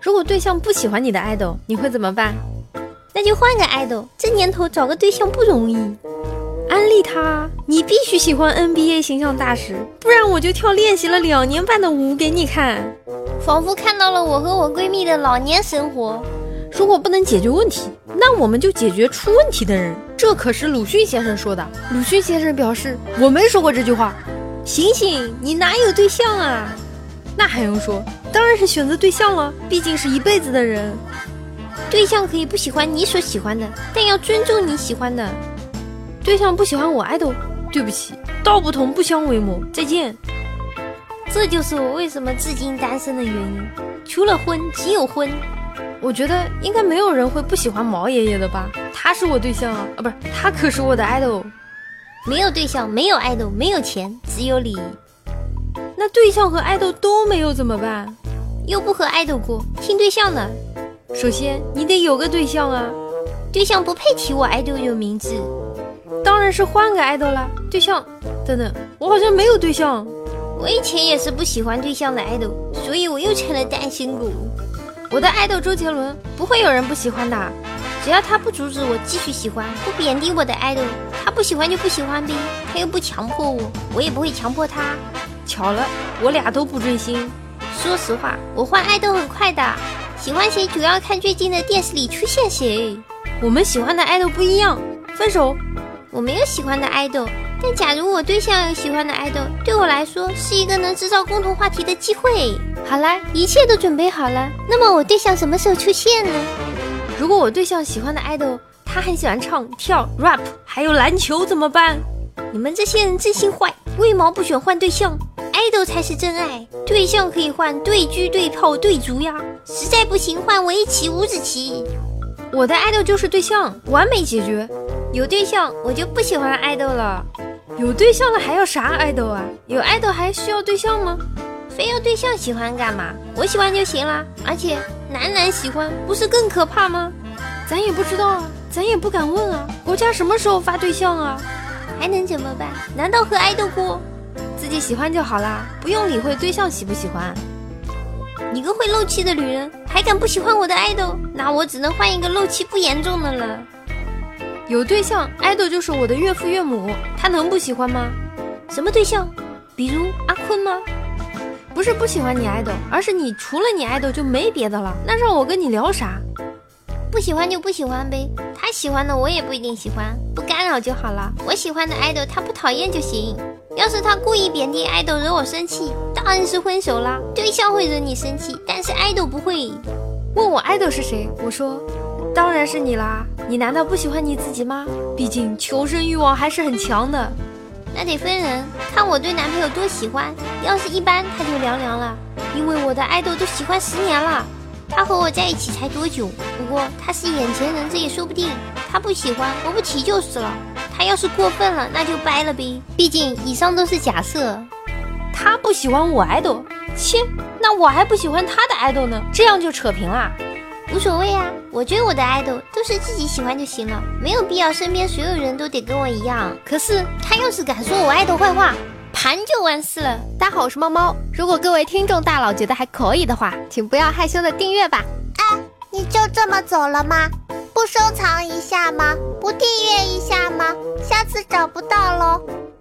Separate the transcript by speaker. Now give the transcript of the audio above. Speaker 1: 如果对象不喜欢你的爱豆，你会怎么办？
Speaker 2: 那就换个爱豆，这年头找个对象不容易。
Speaker 1: 安利他，啊你必须喜欢 NBA 形象大师，不然我就跳练习了两年半的舞给你看。
Speaker 2: 仿佛看到了我和我闺蜜的老年生活。
Speaker 1: 如果不能解决问题，那我们就解决出问题的人。这可是鲁迅先生说的。鲁迅先生表示，我没说过这句话。醒醒，你哪有对象啊？那还用说？当然是选择对象了，毕竟是一辈子的人。
Speaker 2: 对象可以不喜欢你所喜欢的，但要尊重你喜欢的。
Speaker 1: 对象不喜欢我爱豆，对不起，道不同不相为谋，再见。
Speaker 2: 这就是我为什么至今单身的原因，除了婚，仅有婚。
Speaker 1: 我觉得应该没有人会不喜欢毛爷爷的吧？他是我对象啊，啊不是，他可是我的爱豆。
Speaker 2: 没有对象，没有爱豆，没有钱，只有礼仪。
Speaker 1: 那对象和爱豆都没有怎么办？
Speaker 2: 又不和爱豆过，听对象的。
Speaker 1: 首先，你得有个对象啊，
Speaker 2: 对象不配提我爱豆的名字。
Speaker 1: 当然是换个爱豆啦。对象，等等，我好像没有对象。
Speaker 2: 我以前也是不喜欢对象的爱豆，所以我又成了单身狗。我的爱豆周杰伦不会有人不喜欢的，只要他不阻止我继续喜欢，不贬低我的爱豆，他不喜欢就不喜欢呗，他又不强迫我，我也不会强迫他。
Speaker 1: 巧了，我俩都不追星。
Speaker 2: 说实话，我换爱豆很快的，喜欢谁主要看最近的电视里出现谁。
Speaker 1: 我们喜欢的爱豆不一样，分手。
Speaker 2: 我没有喜欢的爱豆，但假如我对象有喜欢的爱豆，对我来说是一个能制造共同话题的机会。好啦，一切都准备好了，那么我对象什么时候出现呢？
Speaker 1: 如果我对象喜欢的爱豆，他很喜欢唱跳、rap，还有篮球，怎么办？
Speaker 2: 你们这些人真心坏，为毛不选换对象？爱豆才是真爱，对象可以换对狙、对炮、对足呀，实在不行换围棋、五子棋。
Speaker 1: 我的爱豆就是对象，完美解决。
Speaker 2: 有对象我就不喜欢爱豆了，
Speaker 1: 有对象了还要啥爱豆啊？有爱豆还需要对象吗？
Speaker 2: 非要对象喜欢干嘛？我喜欢就行啦。而且男男喜欢不是更可怕吗？
Speaker 1: 咱也不知道啊，咱也不敢问啊。国家什么时候发对象啊？
Speaker 2: 还能怎么办？难道和爱豆过？
Speaker 1: 自己喜欢就好啦，不用理会对象喜不喜欢。
Speaker 2: 你个会漏气的女人，还敢不喜欢我的爱豆？那我只能换一个漏气不严重的了。
Speaker 1: 有对象，爱豆就是我的岳父岳母，他能不喜欢吗？
Speaker 2: 什么对象？比如阿坤吗？
Speaker 1: 不是不喜欢你爱豆，而是你除了你爱豆就没别的了，那让我跟你聊啥？
Speaker 2: 不喜欢就不喜欢呗，他喜欢的我也不一定喜欢，不干扰就好了。我喜欢的爱豆他不讨厌就行。要是他故意贬低爱豆惹我生气，当然是分手啦。对象会惹你生气，但是爱豆不会。
Speaker 1: 问我爱豆是谁，我说当然是你啦。你难道不喜欢你自己吗？毕竟求生欲望还是很强的。
Speaker 2: 那得分人，看我对男朋友多喜欢。要是一般，他就凉凉了，因为我的爱豆都喜欢十年了。他和我在一起才多久？不过他是眼前人，这也说不定。他不喜欢，我不提就是了。他要是过分了，那就掰了呗。毕竟以上都是假设。
Speaker 1: 他不喜欢我爱豆，切，那我还不喜欢他的爱豆呢，这样就扯平啦。
Speaker 2: 无所谓啊，我追我的爱豆都是自己喜欢就行了，没有必要身边所有人都得跟我一样。可是他要是敢说我爱豆坏话，盘就完事了。
Speaker 3: 大家好，我是猫猫。如果各位听众大佬觉得还可以的话，请不要害羞的订阅吧。
Speaker 4: 哎，你就这么走了吗？不收藏一下吗？不订阅一下吗？下次找不到喽。